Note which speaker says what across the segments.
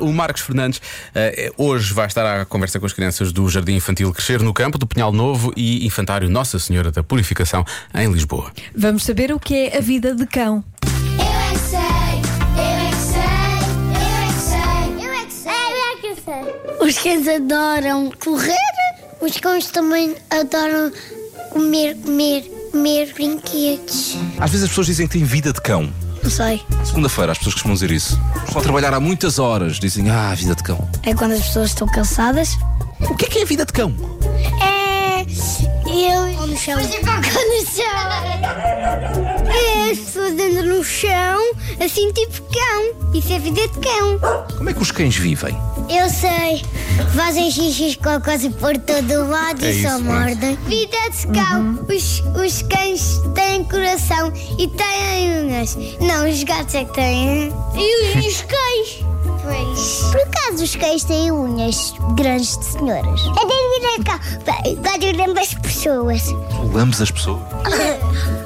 Speaker 1: O Marcos Fernandes eh, hoje vai estar à conversa com as crianças do Jardim Infantil Crescer no Campo, do Pinhal Novo e Infantário Nossa Senhora da Purificação, em Lisboa.
Speaker 2: Vamos saber o que é a vida de cão.
Speaker 3: Eu é que sei, eu é que sei, eu é que sei, eu é que sei, eu é que sei. Os cães adoram correr, os cães também adoram comer, comer, comer brinquedos.
Speaker 4: Às vezes as pessoas dizem que têm vida de cão.
Speaker 3: Não sei.
Speaker 4: Segunda-feira as pessoas costumam dizer isso. Estão a trabalhar há muitas horas, dizem, ah, vida de cão.
Speaker 3: É quando as pessoas estão cansadas.
Speaker 4: O que é que é vida de cão?
Speaker 3: É. Eu. é no chão. no chão. É, as pessoas andam no chão, assim tipo cão. Isso é vida de cão.
Speaker 4: Como é que os cães vivem?
Speaker 3: Eu sei. Fazem xixis quase por todo lado
Speaker 1: É
Speaker 3: e só
Speaker 1: isso, não é?
Speaker 3: mordem. Vida de cão. Os, os cães têm coração e têm unhas. Não, os gatos é que têm. E, os cães? Pois. Por acaso os cães têm unhas grandes de senhoras? Eu tenho vida de cão. Pode lembrar as pessoas.
Speaker 4: Pulamos as pessoas.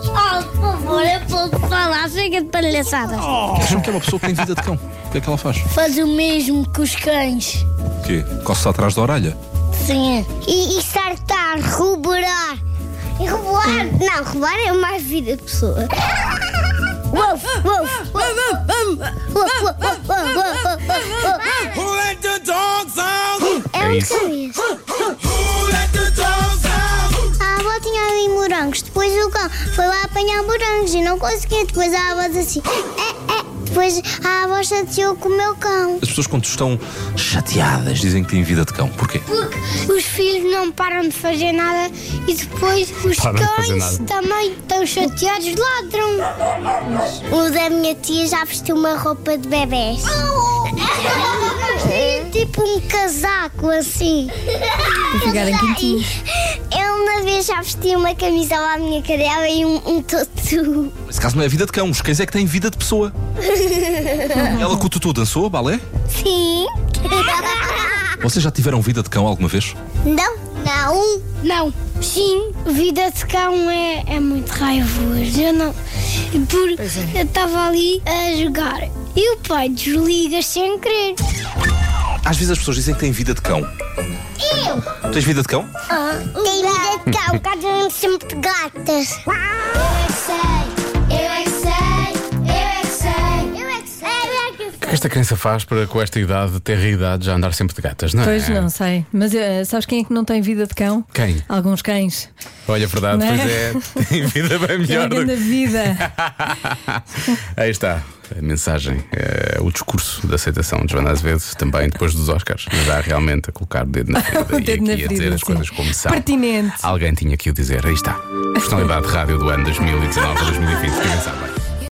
Speaker 3: Oh, por favor, eu vou falar, chega de palhaçada.
Speaker 4: Acham que é uma pessoa que tem vida de cão. O que é que ela faz?
Speaker 3: Faz o mesmo que os cães.
Speaker 4: O quê? Coça atrás da orelha.
Speaker 3: Sim. E, e saltar, roubar. E roubar. Não, roubar é mais vida de pessoa. Wolf, wolf, wolf, wolf, wolf, wolf, wolf, wolf, wolf. É um cabeça. A avó tinha ali morangos. Depois o cão foi lá apanhar morangos e não conseguia. Depois a avó disse assim. É, é. Depois a avó chateou com o meu cão.
Speaker 4: As pessoas quando estão chateadas dizem que têm vida de cão. Porquê?
Speaker 3: Porque os filhos não param de fazer nada e depois os
Speaker 1: Param de fazer
Speaker 3: cães
Speaker 1: nada.
Speaker 3: também estão chateados, ladram. O da minha tia já vestiu uma roupa de bebés. tipo um casaco assim. Para
Speaker 2: ficarem quentinhos.
Speaker 3: Eu uma vez já vesti uma camisola à minha cadela e um, um tutu.
Speaker 4: Nesse caso não é vida de cão, os cães é que têm vida de pessoa. Ela com o tutu dançou, balé?
Speaker 3: Sim.
Speaker 4: Vocês já tiveram vida de cão alguma vez?
Speaker 3: Não? Não.
Speaker 5: Não. Sim, vida de cão é, é muito raivoso. Eu não. Por, Eu estava ali a jogar e o pai desliga sem querer.
Speaker 4: Às vezes as pessoas dizem que têm vida de cão. Eu! Tens vida de cão?
Speaker 5: Ah, um
Speaker 3: Tem vida de cão, cada sempre de gatas. Eu é que sei, eu é que sei, eu é que sei, eu é que sei, eu é que
Speaker 1: O que esta criança faz para, com esta idade, ter a idade já andar sempre de gatas, não é?
Speaker 2: Pois não sei. Mas eh, sabes quem é que não tem vida de cão?
Speaker 1: Quem?
Speaker 2: Alguns cães. é
Speaker 1: Olha, a verdade,
Speaker 2: Não é? um
Speaker 1: pois é, tem vida bem melhor do
Speaker 2: Tem da
Speaker 1: que.
Speaker 2: vida.
Speaker 1: Aí está. A mensagem, eh, o discurso da aceitação de Joana Azevedo, também depois dos Oscars, mas há realmente a colocar o dedo na ferida
Speaker 2: O dedo
Speaker 1: e
Speaker 2: na
Speaker 1: aqui a dizer
Speaker 2: ferida,
Speaker 1: as coisas
Speaker 2: sim.
Speaker 1: como são.
Speaker 2: Pertinente.
Speaker 1: Alguém tinha que o dizer, aí está. Personalidade de rádio do ano 2019-2020, quem sabe.